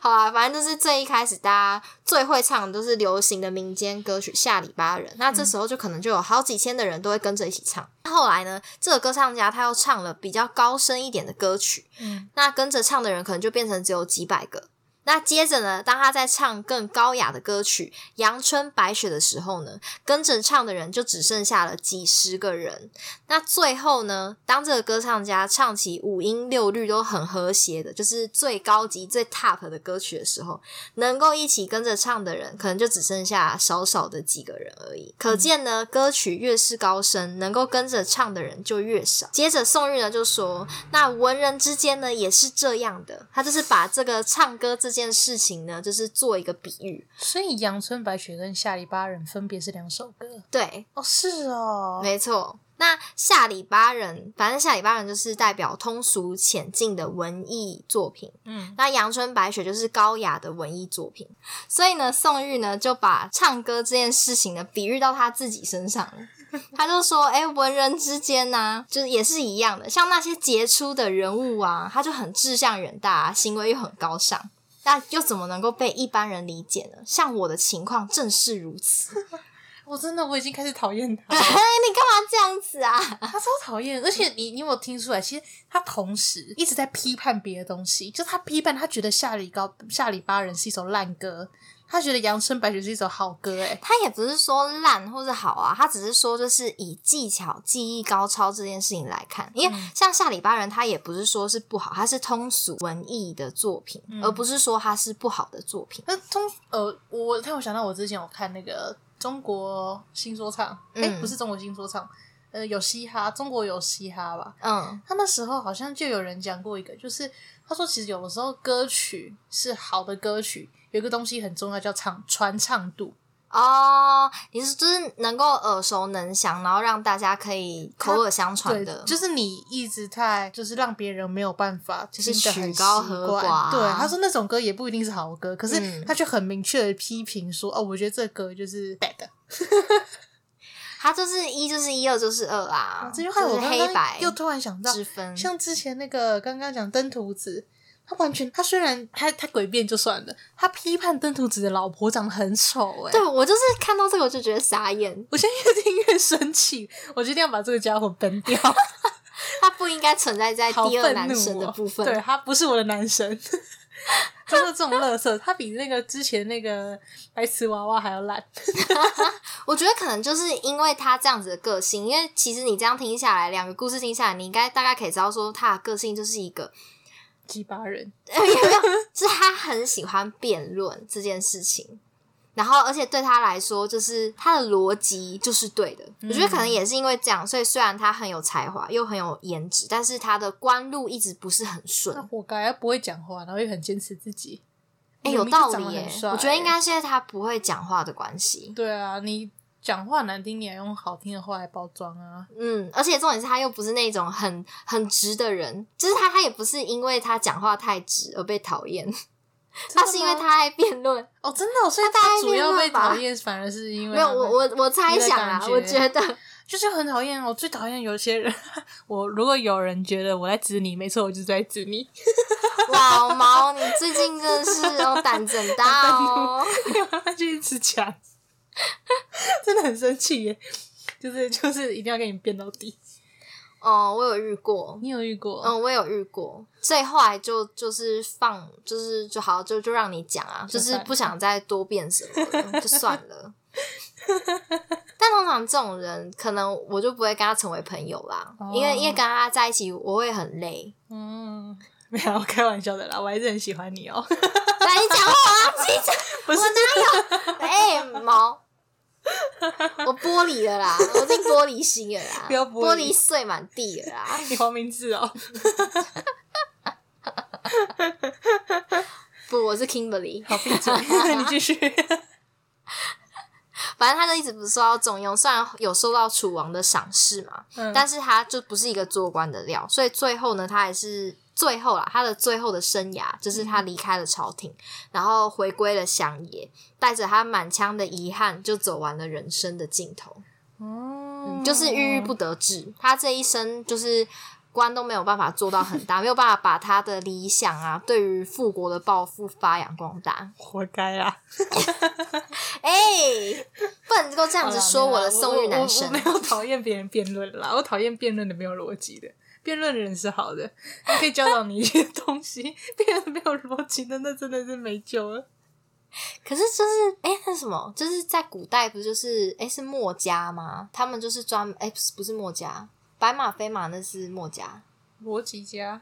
Speaker 4: 好啊，反正就是最一开始大家最会唱的都是流行的民间歌曲《下里巴人》，那这时候就可能就有好几千的人都会跟着一起唱。后来呢，这个歌唱家他又唱了比较高深一点的歌曲，
Speaker 3: 嗯
Speaker 4: 那跟着唱的人可能就变成只有几百个。那接着呢，当他在唱更高雅的歌曲《阳春白雪》的时候呢，跟着唱的人就只剩下了几十个人。那最后呢，当这个歌唱家唱起五音六律都很和谐的，就是最高级、最 top 的歌曲的时候，能够一起跟着唱的人，可能就只剩下少少的几个人而已。可见呢，歌曲越是高深，能够跟着唱的人就越少。接着宋玉呢就说，那文人之间呢也是这样的，他就是把这个唱歌这件事情呢，就是做一个比喻。
Speaker 3: 所以《阳春白雪》跟《下里巴人》分别是两首歌
Speaker 4: 对，
Speaker 3: 哦，是哦，
Speaker 4: 没错。那下里巴人，反正下里巴人就是代表通俗浅近的文艺作品，
Speaker 3: 嗯，
Speaker 4: 那《阳春白雪》就是高雅的文艺作品，所以呢，宋玉呢就把唱歌这件事情呢比喻到他自己身上了。他就说：“哎、文人之间呢、就是也是一样的，像那些杰出的人物啊，他就很志向远大、啊，行为又很高尚，那又怎么能够被一般人理解呢？像我的情况正是如此。 (laughs)
Speaker 3: 我真的我已经开始讨厌他 (laughs)
Speaker 4: 哎，
Speaker 3: 了，
Speaker 4: 你干嘛这样子啊？
Speaker 3: 他超讨厌，而且你你有没有听出来？其实他同时一直在批判别的东西，就他批判他觉得下里高下里巴人是一首烂歌，他觉得《阳春白雪》是一首好歌、哎，
Speaker 4: 他也不是说烂或是好啊，他只是说就是以技巧、技艺高超这件事情来看，因
Speaker 3: 嗯
Speaker 4: 为像下里巴人，他也不是说是不好，他是通俗文艺的作品，
Speaker 3: 嗯
Speaker 4: 而不是说他是不好的作品。
Speaker 3: 那通呃，我他有想到我之前有看那个中国新说唱，哎、
Speaker 4: 嗯
Speaker 3: 不是中国新说唱，呃，有嘻哈，中国有嘻哈吧？
Speaker 4: 嗯
Speaker 3: 他那时候好像就有人讲过一个，就是他说其实有的时候歌曲是好的歌曲，有一个东西很重要叫唱传唱度，
Speaker 4: 哦，你是就是能够耳熟能详，然后让大家可以口耳相传
Speaker 3: 对
Speaker 4: 的，
Speaker 3: 就是你一直太就是让别人没有办法
Speaker 4: 就是
Speaker 3: 听得很
Speaker 4: 曲高和
Speaker 3: 习惯
Speaker 4: 寡啊
Speaker 3: 对，他说那种歌也不一定是好歌，可是
Speaker 4: 嗯
Speaker 3: 他却很明确的批评说、哦，我觉得这歌就是 bad。
Speaker 4: 他就是一就是一，二就是二啊，
Speaker 3: 哦这句话我
Speaker 4: 就是
Speaker 3: 刚
Speaker 4: 黑白
Speaker 3: 刚又突然想到，
Speaker 4: 之分，
Speaker 3: 像之前那个刚刚讲登徒子，他完全他虽然他他诡辩就算了，他批判登徒子的老婆长得很丑哎、
Speaker 4: 对我就是看到这个我就觉得傻眼，
Speaker 3: 我现在越听越生气，我决定要把这个家伙崩掉，
Speaker 4: 他不应该存在 (laughs) 在
Speaker 3: 好
Speaker 4: 第二
Speaker 3: 愤
Speaker 4: 男
Speaker 3: 怒、哦！
Speaker 4: 生的部分。
Speaker 3: 对他不是我的男神，真的这种乐色，他比那个之前那个白瓷娃娃还要烂。
Speaker 4: 我觉得可能就是因为他这样子的个性，因为其实你这样听下来，两个故事听下来，你应该大概可以知道说他的个性就是一个，
Speaker 3: 鸡巴人，
Speaker 4: 没有没有，是他很喜欢辩论这件事情。然后，而且对他来说，就是他的逻辑就是对的。我觉得可
Speaker 3: 嗯
Speaker 4: 能也是因为这样，所以虽然他很有才华，又很有颜值，但是他的官路一直不是很顺
Speaker 3: 那。活该，他不会讲话，然后又很坚持自己。
Speaker 4: 哎、
Speaker 3: 明
Speaker 4: 有
Speaker 3: 明
Speaker 4: 道
Speaker 3: 就长
Speaker 4: 理
Speaker 3: 得
Speaker 4: 耶
Speaker 3: 很！帅欸
Speaker 4: 我觉得应该是因为他不会讲话的关系。
Speaker 3: 对啊，你讲话难听，你还用好听的话来包装啊。
Speaker 4: 嗯，而且重点是他又不是那种很很直的人，就是他他也不是因为他讲话太直而被讨厌，他啊是因为
Speaker 3: 真的吗
Speaker 4: 他爱辩论。
Speaker 3: 哦，真的哦、所以
Speaker 4: 大概
Speaker 3: 他主要
Speaker 4: 辩
Speaker 3: 被
Speaker 4: 论吧
Speaker 3: 讨厌，反而是因为
Speaker 4: 没有，
Speaker 3: 他们
Speaker 4: 我我我猜想啊，
Speaker 3: 你的感觉
Speaker 4: 我觉 (laughs) 得
Speaker 3: (laughs) 就是很讨厌，我最讨厌有些人。 (laughs) 我如果有人觉得我在指你，没错，我就是在指你。 (laughs)
Speaker 4: 老毛，你最近真的是哦胆子很大哦。
Speaker 3: 他就一直讲， (laughs) 真的很生气耶。就是就是一定要跟你辩到底。
Speaker 4: 哦，我有遇过，
Speaker 3: 你有遇过？
Speaker 4: 嗯，我有遇过，所以后来就就是放，就是就好，就就让你讲啊，就
Speaker 3: 就是
Speaker 4: 不想再多变什么了，就算了。 (laughs) 但通常这种人，可能我就不会跟他成为朋友啦，因为因为
Speaker 3: 哦
Speaker 4: 跟他在一起我会很累。
Speaker 3: 嗯，没有，我开玩笑的啦，我还是很喜欢你哦。
Speaker 4: 来，你讲话啊，记者，
Speaker 3: (laughs) 不是，
Speaker 4: 哎、毛，我玻璃了啦，我已经玻璃心了啦，
Speaker 3: 不要玻
Speaker 4: 玻
Speaker 3: 璃
Speaker 4: 璃碎满地了啦。
Speaker 3: 你黄明志哦。
Speaker 4: 不，我是 Kimberly。
Speaker 3: 好，闭嘴， (laughs) 你
Speaker 4: (laughs)
Speaker 3: 继续。
Speaker 4: 反正他就一直不受到重用，虽然有受到楚王的赏识嘛，
Speaker 3: 嗯
Speaker 4: 但是他就不是一个做官的料，所以最后呢，他还是最后啦，他的最后的生涯就是他
Speaker 3: 嗯
Speaker 4: 离开了朝廷，然后回归了乡野，带着他满腔的遗憾，就走完了人生的尽头，
Speaker 3: 嗯
Speaker 4: 就是郁郁不得志。他这一生就是。官都没有办法做到很大，没有办法把他的理想啊，对于复国的抱负发扬光
Speaker 3: (laughs)
Speaker 4: 大。
Speaker 3: 活该啊啦！
Speaker 4: 哎、不能够这样子说
Speaker 3: 好啦
Speaker 4: 的宋玉男
Speaker 3: 我
Speaker 4: 神
Speaker 3: 我我没有讨厌别人辩论啦，我讨厌辩论的没有逻辑的。辩论人是好的，他可以教导你一些东西。辩论没有逻辑的，那真的是没救了。
Speaker 4: 可是就是哎、那什么，就是在古代不就是哎、是墨家吗？他们就是专哎、不是不是墨家，白马非马那是墨家，
Speaker 3: 逻辑家，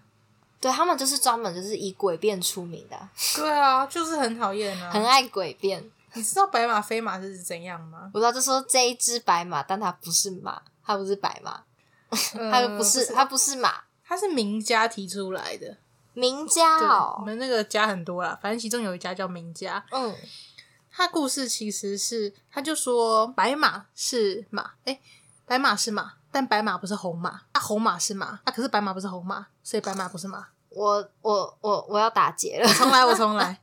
Speaker 4: 对他们就是专门就是以诡辩出名的，
Speaker 3: (laughs) 对啊，就是很讨厌啊。
Speaker 4: 很爱诡辩。
Speaker 3: 你知道白马非马是怎样
Speaker 4: (laughs)
Speaker 3: 吗？
Speaker 4: 我知道就说这一只白马，但它不是马，它不是白马，它
Speaker 3: 他
Speaker 4: 又嗯不是它不是马，
Speaker 3: 他是名家提出来的。
Speaker 4: 名家
Speaker 3: 对，我
Speaker 4: 哦，
Speaker 3: 们那个家很多啦，反正其中有一家叫名家。
Speaker 4: 嗯，
Speaker 3: 他故事其实是，他就说白马是马，哎、白马是马，但白马不是红马，啊，红马是马，啊，可是白马不是红马，所以白马不是马。
Speaker 4: 我我我我要打结了，
Speaker 3: 重来，我重来。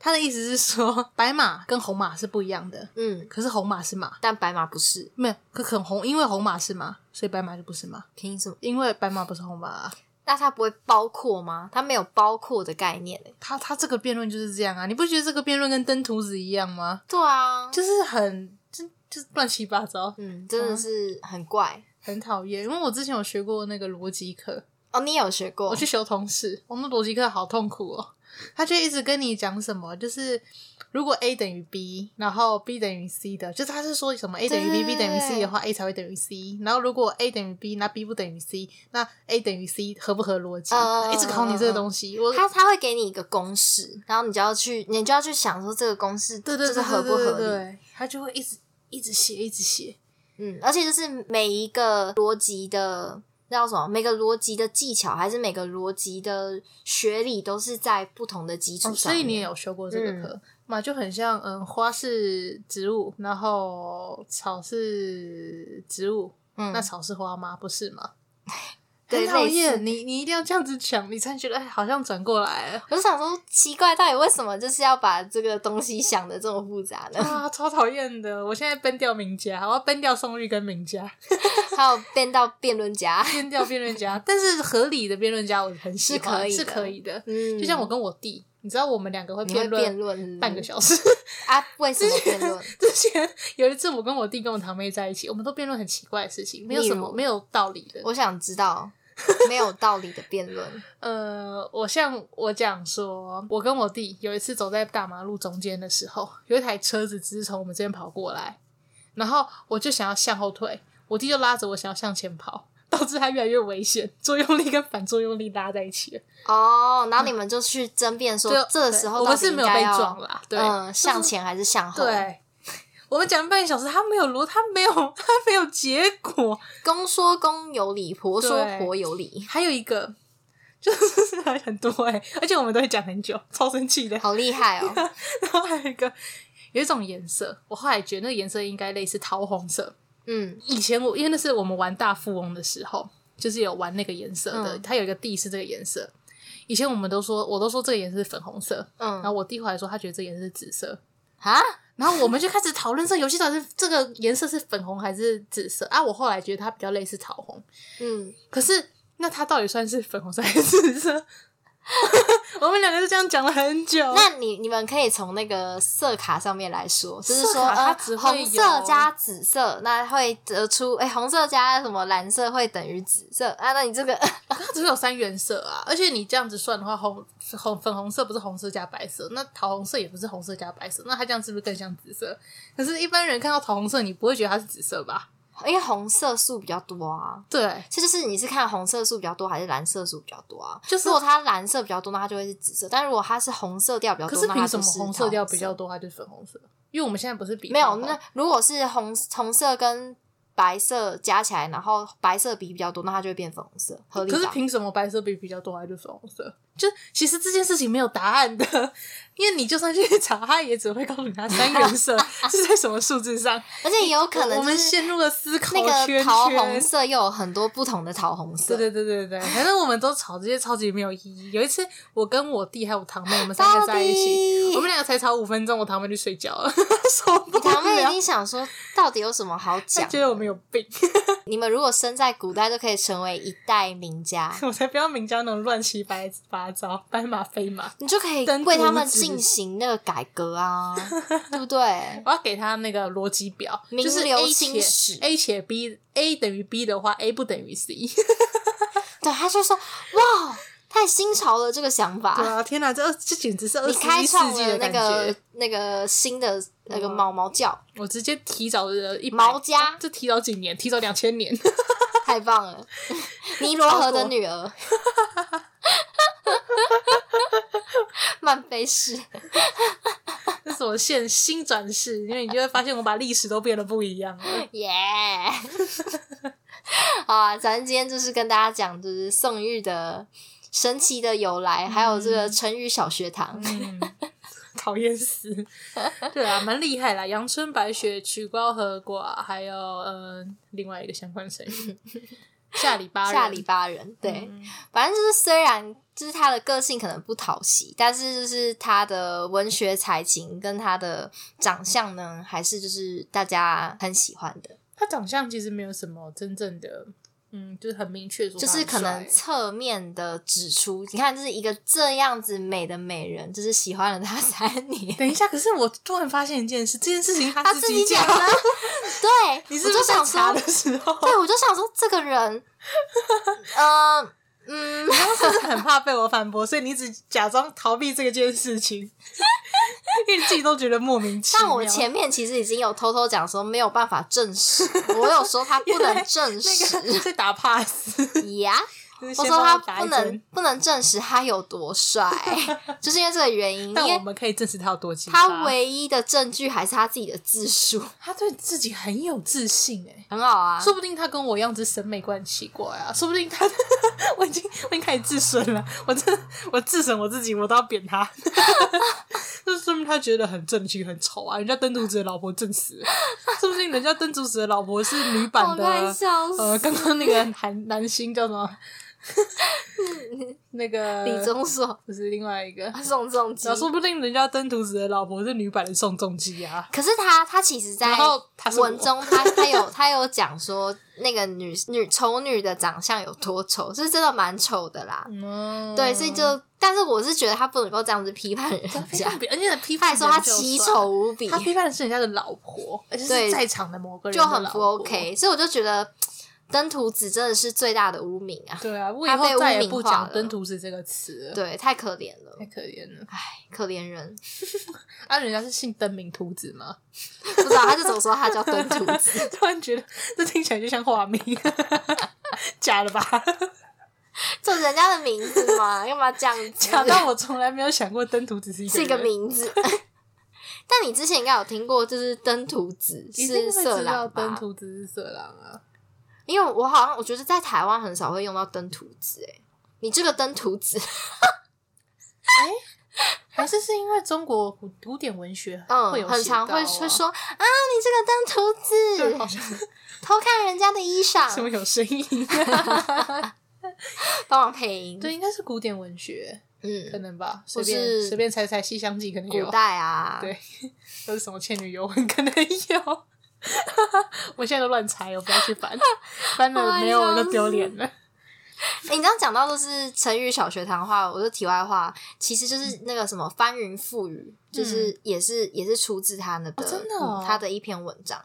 Speaker 3: 他的意思是说，白马跟红马是不一样的，
Speaker 4: 嗯，
Speaker 3: 可是红马是马，
Speaker 4: 但白马不是，
Speaker 3: 没有，可可红，因为红马是马，所以白马就不是马，
Speaker 4: 凭什么？
Speaker 3: 因为白马不是红马、啊。
Speaker 4: 那它不会包括吗？它没有包括的概念、欸、
Speaker 3: 他他这个辩论就是这样啊，你不觉得这个辩论跟登徒子一样吗？
Speaker 4: 对啊，
Speaker 3: 就是很就就是乱七八糟，
Speaker 4: 嗯，
Speaker 3: 啊
Speaker 4: 真的是很怪
Speaker 3: 很讨厌。因为我之前有学过那个逻辑课，
Speaker 4: 哦。你也有学过？
Speaker 3: 我去修同事，我们逻辑课好痛苦哦。他就一直跟你讲什么，就是如果 a 等于 b，然后 b 等于 c 的，就是他是说什么 a 等于 b，b 等于 c 的话，a 才会等于 c。然后如果 a 等于 b，那 b 不等于 c，那 a 等于 c 合不合逻辑？
Speaker 4: 嗯
Speaker 3: 一直考你这个东西，我
Speaker 4: 他他会给你一个公式，然后你就要去，你就要去想说这个公式
Speaker 3: 对对
Speaker 4: 就
Speaker 3: 对
Speaker 4: 是合不合理。
Speaker 3: 对对对，他就会一直一直写，一直写。
Speaker 4: 嗯，而且就是每一个逻辑的那叫什么，每个逻辑的技巧还是每个逻辑的学理都是在不同的基础
Speaker 3: 哦，
Speaker 4: 上
Speaker 3: 所以
Speaker 4: 面、
Speaker 3: 你也有修过这个课嘛？就很像，嗯，花是植物，然后草是植物，
Speaker 4: 嗯
Speaker 3: 那草是花吗？不是吗？
Speaker 4: (laughs) 对
Speaker 3: 很讨
Speaker 4: 类似
Speaker 3: 厌你，你一定要这样子讲，你才觉得哎，好像转过
Speaker 4: (laughs)
Speaker 3: 来了
Speaker 4: 我就想说，奇怪，到底为什么就是要把这个东西想的这么复杂
Speaker 3: (laughs)
Speaker 4: 呢？
Speaker 3: 啊，超讨厌的！我现在崩掉名家，我要崩掉宋玉跟名家，
Speaker 4: 还有变到辩论家，
Speaker 3: 崩掉辩论家，但是合理的辩论家我很喜欢，
Speaker 4: 是
Speaker 3: 是
Speaker 4: 可
Speaker 3: 可
Speaker 4: 以
Speaker 3: 以的。
Speaker 4: 嗯，
Speaker 3: (laughs) 就像我跟我弟，你知道我们两个会
Speaker 4: 你会
Speaker 3: 辩
Speaker 4: 辩
Speaker 3: 论
Speaker 4: 论
Speaker 3: 半个小时。 (laughs)
Speaker 4: 啊？为什么辩论？
Speaker 3: 之前有一次，我跟我弟跟我堂妹在一起，我们都辩论很奇怪的事情，没有什
Speaker 4: 例
Speaker 3: 么
Speaker 4: 如
Speaker 3: 没有道理的。
Speaker 4: 我想知道没有道理的辩
Speaker 3: (laughs)
Speaker 4: 论，
Speaker 3: 呃，我像我讲说，我跟我弟有一次走在大马路中间的时候，有一台车子只是从我们这边跑过来，然后我就想要向后退，我弟就拉着我想要向前跑，导致他越来越危险，作用力跟反作用力拉在
Speaker 4: (laughs)
Speaker 3: 一起了。
Speaker 4: 哦，然后你们就去争辩说，
Speaker 3: 嗯就
Speaker 4: 这时候
Speaker 3: 对我
Speaker 4: 到
Speaker 3: 们
Speaker 4: 底
Speaker 3: 是
Speaker 4: 应
Speaker 3: 没有
Speaker 4: 该
Speaker 3: 被
Speaker 4: 要
Speaker 3: 撞啦，对， (laughs)
Speaker 4: 嗯，向
Speaker 3: 就是
Speaker 4: 前还是向后？，
Speaker 3: 对。我们讲了半个小时，他没有逻，他没有，他没有结果，
Speaker 4: 公说公有理，婆说
Speaker 3: 对
Speaker 4: 婆有理，
Speaker 3: 还有一个就是还很多哎、而且我们都会讲很久，超生气的。
Speaker 4: 好厉害
Speaker 3: (laughs)
Speaker 4: 哦！
Speaker 3: 然后还有一个有一种颜色，我后来觉得那个颜色应该类似桃红色。
Speaker 4: 嗯
Speaker 3: 以前我因为那是我们玩大富翁的时候，就是有玩那个颜色的，
Speaker 4: 嗯
Speaker 3: 它有一个地是这个颜色。以前我们都说，我都说这个颜色是粉红色，然后
Speaker 4: 嗯
Speaker 3: 我弟后来说他觉得这个颜色是紫色，
Speaker 4: 啊，
Speaker 3: 然后我们就开始讨论这个游戏到底是这个颜色是粉红还是紫色啊。我后来觉得它比较类似桃红，
Speaker 4: 嗯，
Speaker 3: 可是那它到底算是粉红色还是紫色？ (laughs) 我们两个就这样讲了很久。
Speaker 4: 那你你们可以从那个色卡上面来说，就是
Speaker 3: 色
Speaker 4: 说，
Speaker 3: 卡它
Speaker 4: 呃
Speaker 3: 只，会
Speaker 4: 红色
Speaker 3: 有
Speaker 4: 加紫色，那会得出，哎、红色加什么蓝色会等于紫色啊？那你这个 (laughs)
Speaker 3: 它只有三原色啊，而且你这样子算的话，红红粉红色不是红色加白色，那桃红色也不是红色加白色，那它这样是不是更像紫色？可是，一般人看到桃红色，你不会觉得它是紫色吧？
Speaker 4: 因为红色素比较多啊，
Speaker 3: 对，
Speaker 4: 这就是你是看红色素比较多还是蓝色素比较多啊？
Speaker 3: 就是
Speaker 4: 如果它蓝色比较多，那它就会是紫色；但如果它是红色调比较
Speaker 3: 可
Speaker 4: 多，
Speaker 3: 是
Speaker 4: 那它
Speaker 3: 凭什
Speaker 4: 就
Speaker 3: 么
Speaker 4: 是
Speaker 3: 红
Speaker 4: 桃
Speaker 3: 色调比较多，它就是粉红色？因为我们现在不是比
Speaker 4: 没有，
Speaker 3: 桃红
Speaker 4: 那如果是红红色跟白色加起来，然后白色比比较多，那它就会变粉红色，合理吧？
Speaker 3: 可是凭什么白色比比较多，它就粉红色？就其实这件事情没有答案的， (laughs) 因为你就算去查，它也只会告诉你它三原色 (laughs) 是在什么数字上。
Speaker 4: 而且也有可
Speaker 3: 我
Speaker 4: 能
Speaker 3: 我
Speaker 4: 就
Speaker 3: 们
Speaker 4: 是
Speaker 3: 陷入了思考
Speaker 4: 那个
Speaker 3: 圈
Speaker 4: 桃
Speaker 3: 圈
Speaker 4: 红色又有很多不同的桃红色，
Speaker 3: 对对对对对，反正我们都吵这些超级没有意义。有一次，我跟我弟还有我堂妹，我们三
Speaker 4: 到
Speaker 3: 个在一起，
Speaker 4: 底
Speaker 3: 我们两个才吵五分钟，我堂妹就睡觉 (laughs) 了，受不
Speaker 4: 你堂妹一
Speaker 3: 了。
Speaker 4: 定想说，到底有什么好
Speaker 3: 她
Speaker 4: 讲？
Speaker 3: 觉得我们有病， (laughs)
Speaker 4: 你们如果生在古代，就可以成为一代名
Speaker 3: (laughs)
Speaker 4: 家，
Speaker 3: 我才不要明教那种乱七八八糟、白马非马。
Speaker 4: 你就可以
Speaker 3: 登徒
Speaker 4: 为他们
Speaker 3: 子
Speaker 4: 进行那个改革
Speaker 3: (laughs)
Speaker 4: 啊，对不对？
Speaker 3: 我要给他那个逻辑表，
Speaker 4: 名
Speaker 3: 就是
Speaker 4: 留
Speaker 3: A
Speaker 4: 青
Speaker 3: 且
Speaker 4: 史
Speaker 3: A 且 B，A 等于 B 的话，A 不等于 C。
Speaker 4: 对对，他就说哇，太新潮了这个想法。
Speaker 3: (laughs) 对 (laughs) 啊，天哪，这二这简直是二
Speaker 4: 你
Speaker 3: 十
Speaker 4: 开
Speaker 3: 一世
Speaker 4: 创
Speaker 3: 纪
Speaker 4: 了
Speaker 3: 的
Speaker 4: 那
Speaker 3: 感
Speaker 4: 个
Speaker 3: 觉！
Speaker 4: 那个新的那个毛毛叫，
Speaker 3: 我直接提早了一百
Speaker 4: 毛家
Speaker 3: 这提早几年，提早两千年。嗯
Speaker 4: 太棒
Speaker 3: (laughs)
Speaker 4: 了！尼罗河的女儿，曼菲氏，
Speaker 3: 那是我现新转世，因为你就会发现我把历史都变得不一样了。
Speaker 4: 耶、好啊，咱们今天就是跟大家讲，就是宋玉的神奇的由来，还有这个成语小学堂。
Speaker 3: 嗯，讨厌死。对啊，蛮厉害啦，阳春白雪、曲高和寡，还有呃另外一个相关成语，下里巴人。
Speaker 4: 下里巴人，对，
Speaker 3: 嗯
Speaker 4: 反正就是虽然就是他的个性可能不讨喜，但是就是他的文学才情跟他的长相呢，还是就是大家很喜欢的。
Speaker 3: 他长相其实没有什么真正的，嗯，就是很明确说
Speaker 4: 就
Speaker 3: 他
Speaker 4: 是
Speaker 3: 很
Speaker 4: 可
Speaker 3: 帅，
Speaker 4: 能侧面的指出，你看，就是一个这样子美的美人，就是喜欢了他三年，
Speaker 3: 等一下，可是我突然发现一件事，这件事情
Speaker 4: 他
Speaker 3: (laughs) 他
Speaker 4: 自
Speaker 3: 己
Speaker 4: 己讲
Speaker 3: 的。
Speaker 4: 的，
Speaker 3: (laughs)
Speaker 4: 对，
Speaker 3: 你是
Speaker 4: 我
Speaker 3: 不
Speaker 4: 就是
Speaker 3: 在
Speaker 4: 想
Speaker 3: 查
Speaker 4: 说
Speaker 3: 的，时候，
Speaker 4: 对，我就想说这个
Speaker 3: (laughs)
Speaker 4: 人，呃，嗯，
Speaker 3: 就是很怕被我反驳，所以你只假装逃避这件事情，因为你自己都觉得莫名其妙。
Speaker 4: 但我前面其实已经有偷偷讲说没有办法证实，我有说他
Speaker 3: (laughs)
Speaker 4: 不能证
Speaker 3: 那
Speaker 4: 实
Speaker 3: 个在打 pass，
Speaker 4: 呀。
Speaker 3: 就是
Speaker 4: (laughs) 我
Speaker 3: 先
Speaker 4: 说
Speaker 3: 帮
Speaker 4: 他
Speaker 3: 打
Speaker 4: 不
Speaker 3: 一
Speaker 4: 能
Speaker 3: 针，
Speaker 4: 不能证实他有多帅，就是因为这个原因，因
Speaker 3: (laughs) 但我
Speaker 4: 为
Speaker 3: 们可以证实他有多奇葩。
Speaker 4: 他唯一的证据还是他自己的自述，
Speaker 3: 他对自己很有自信哎、
Speaker 4: 很好啊。
Speaker 3: (laughs) 说不定他跟我一样子审美观很奇怪啊，说不定他 (laughs) 我已经我已经开始自损了，我真的我自损我自己，我都要扁他， (laughs) 就是说明他觉得很正气很丑啊，人家登徒子的老婆正死了，说不定人家登徒子的老婆是女版的
Speaker 4: 我快笑死
Speaker 3: 呃，刚刚那个韩男星叫什么？ (laughs) 那个
Speaker 4: 李啊钟硕、
Speaker 3: 不是另外一个，
Speaker 4: 宋仲基
Speaker 3: 呃然后。说不定人家登徒子的老婆是女版的宋仲基啊，
Speaker 4: 可是他，他其实，在
Speaker 3: 然后他是我
Speaker 4: 文中他，他有他有讲说，那个女女丑女的长相有多丑，是真的蛮丑的啦。
Speaker 3: 嗯，
Speaker 4: 哦对，所以就，但是我是觉得他不能够这样子批判人
Speaker 3: 批
Speaker 4: 家
Speaker 3: 判，别人，而且批
Speaker 4: 他
Speaker 3: 判
Speaker 4: 还说他
Speaker 3: 人就
Speaker 4: 奇
Speaker 3: 算了
Speaker 4: 丑无比，
Speaker 3: 他批判的是人家的老婆，而且
Speaker 4: 对
Speaker 3: 是在场的某个人
Speaker 4: 就
Speaker 3: 的
Speaker 4: 很
Speaker 3: 老
Speaker 4: 不
Speaker 3: 婆
Speaker 4: OK。所以我就觉得，登徒子真的是最大的污名啊！
Speaker 3: 对啊，我以
Speaker 4: 他被
Speaker 3: 后再
Speaker 4: 污
Speaker 3: 也
Speaker 4: 名
Speaker 3: 不
Speaker 4: 化
Speaker 3: 讲
Speaker 4: 了
Speaker 3: “登徒子”这个词了，
Speaker 4: 对，太可怜了
Speaker 3: 太，可怜了。
Speaker 4: 唉，可怜人。
Speaker 3: 啊，人家是姓登名徒子吗？
Speaker 4: 不知道他就怎么说他叫登徒子，
Speaker 3: (laughs) 突然觉得这听起来就像化名， (laughs) 假的吧？
Speaker 4: 这人家的名字嘛，干嘛这样子？ (laughs)
Speaker 3: 假到我从来没有想过登徒子是一个
Speaker 4: 是一个
Speaker 3: 人，
Speaker 4: 名字。 (laughs) 但你之前应该有听过，就是登徒子
Speaker 3: 一定
Speaker 4: 是
Speaker 3: 会
Speaker 4: 色
Speaker 3: 知道
Speaker 4: 狼
Speaker 3: 登
Speaker 4: 吧？
Speaker 3: 徒子是色狼啊。
Speaker 4: 因为我好像我觉得在台湾很少会用到登徒子、欸，你这个登徒子，
Speaker 3: 还是是因为中国古古典文学会有、
Speaker 4: 嗯，很常会会说啊，你这个
Speaker 3: 对，
Speaker 4: 登
Speaker 3: 好
Speaker 4: 徒子
Speaker 3: 像
Speaker 4: 偷看人家的衣
Speaker 3: 什
Speaker 4: 裳，
Speaker 3: 么有声音，
Speaker 4: 帮忙配音，
Speaker 3: (laughs) 对，应该是古典文学，可
Speaker 4: 嗯，
Speaker 3: 能吧，随
Speaker 4: 或
Speaker 3: 便
Speaker 4: 是
Speaker 3: 随便猜猜《西厢记》可能有
Speaker 4: 古，代啊，
Speaker 3: 对，或是什么《倩女幽魂》可能有。 (laughs) 我现在都乱猜，我不要去翻，翻了没有
Speaker 4: 哎
Speaker 3: 我就丢脸了。
Speaker 4: 欸你刚刚讲到就是成语小学堂的话，我就题外话，其实
Speaker 3: 嗯
Speaker 4: 就是那个什么翻云覆雨，就是也是也是出自他那个、
Speaker 3: 哦真的哦
Speaker 4: 嗯他的一篇文章。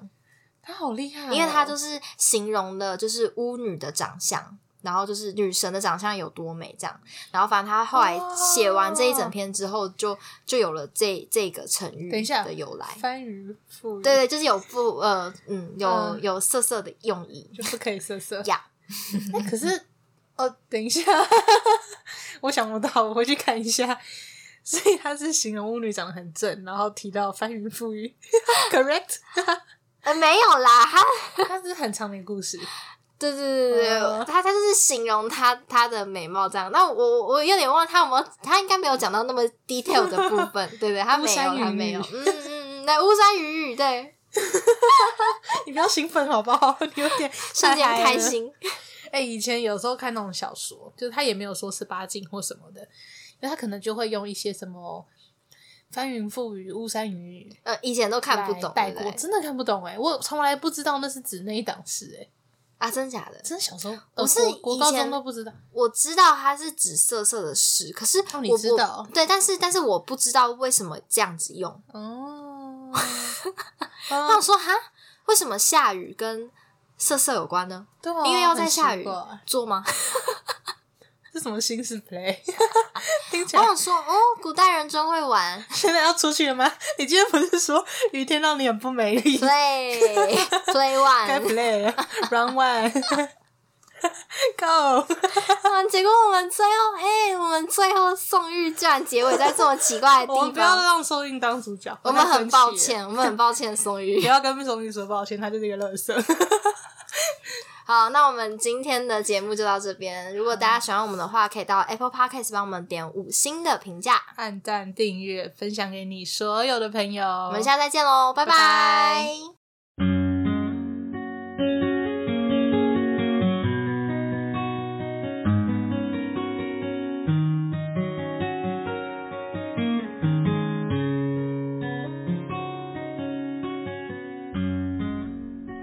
Speaker 3: 他好厉害哦、
Speaker 4: 因为她就是是形容的，就是巫女的长相，然后就是女神的长相有多美这样。然后反正她后来写完这一整篇之后就，就有了这这个成语
Speaker 3: 哦等一下
Speaker 4: 的由来。
Speaker 3: 翻云覆雨，
Speaker 4: 对，对，就是有不呃嗯有、
Speaker 3: 嗯
Speaker 4: 有色色的用意
Speaker 3: 就不可以色色。 (laughs)
Speaker 4: 呀。
Speaker 3: 那可是，哦，等一下， (laughs) 我想不到，我回去看一下。所以他是形容巫女长得很正，然后提到翻云覆雨 (laughs) ，correct？
Speaker 4: 呃，没有啦，她
Speaker 3: 他是很长的故事，
Speaker 4: 对对对对对，
Speaker 3: 嗯
Speaker 4: 她她就是形容她她的美貌这样。那我我有点忘了她有没有，她应该没有讲到那么 detail 的部分，对
Speaker 3: (laughs)
Speaker 4: 不对？她
Speaker 3: 巫
Speaker 4: 没有，她
Speaker 3: 山雨
Speaker 4: 没有
Speaker 3: 雨。
Speaker 4: 嗯嗯嗯，那巫山雨雨对，
Speaker 3: 你不要兴奋好不好？ (laughs) 你有点
Speaker 4: 瞬间
Speaker 3: 太嗨
Speaker 4: 很开
Speaker 3: 了
Speaker 4: 心。
Speaker 3: 哎、以前有时候看那种小说，就是他也没有说十八禁或什么的，那他可能就会用一些什么翻云覆雨、巫山云雨
Speaker 4: 呃，以前都看不懂，
Speaker 3: 带
Speaker 4: 对
Speaker 3: 过，
Speaker 4: 不对
Speaker 3: 真的看不懂哎、我从来不知道那是指那一档事哎、
Speaker 4: 啊，真假的？
Speaker 3: 真的小时候
Speaker 4: 我
Speaker 3: 呃
Speaker 4: 是
Speaker 3: 国国
Speaker 4: 以
Speaker 3: 高
Speaker 4: 前
Speaker 3: 中都不知道，
Speaker 4: 我知道它是指色色的事，可是我
Speaker 3: 哦你
Speaker 4: 不
Speaker 3: 知道
Speaker 4: 对，但是但是我不知道为什么这样子用。 (laughs)
Speaker 3: 哦，
Speaker 4: 我想说哈，为什么下雨跟色色有关呢？
Speaker 3: 对啊
Speaker 4: 因为要在下雨
Speaker 3: (laughs) 很奇怪
Speaker 4: 做吗？
Speaker 3: 这什么新式
Speaker 4: (laughs)
Speaker 3: play？听起
Speaker 4: 我
Speaker 3: 来
Speaker 4: 想说，哦，古代人真会玩，
Speaker 3: 现在要出去了吗？你今天不是说雨天让你很不美丽？
Speaker 4: play play
Speaker 3: 该
Speaker 4: one，
Speaker 3: play 了 round one (laughs) go，
Speaker 4: 嗯，结果我们最后，哎、我们最后宋玉居然结尾在这么奇怪的
Speaker 3: 我们
Speaker 4: 地
Speaker 3: 不要
Speaker 4: 方，
Speaker 3: 让收印当主角，
Speaker 4: 我们
Speaker 3: 太
Speaker 4: 很
Speaker 3: 生
Speaker 4: 抱
Speaker 3: 气了，
Speaker 4: 歉，我们很抱歉宋
Speaker 3: 不
Speaker 4: 玉。
Speaker 3: 要跟松玉说抱歉，他就是一个乐色。 (laughs)
Speaker 4: 好，那我们今天的节目就到这边。如果大家喜欢我们的话，可以到 Apple Podcast 帮我们点五星的评价。
Speaker 3: 按赞、订阅、分享给你所有的朋友，
Speaker 4: 我们下次再见喽，拜
Speaker 3: 拜
Speaker 4: 拜
Speaker 3: 拜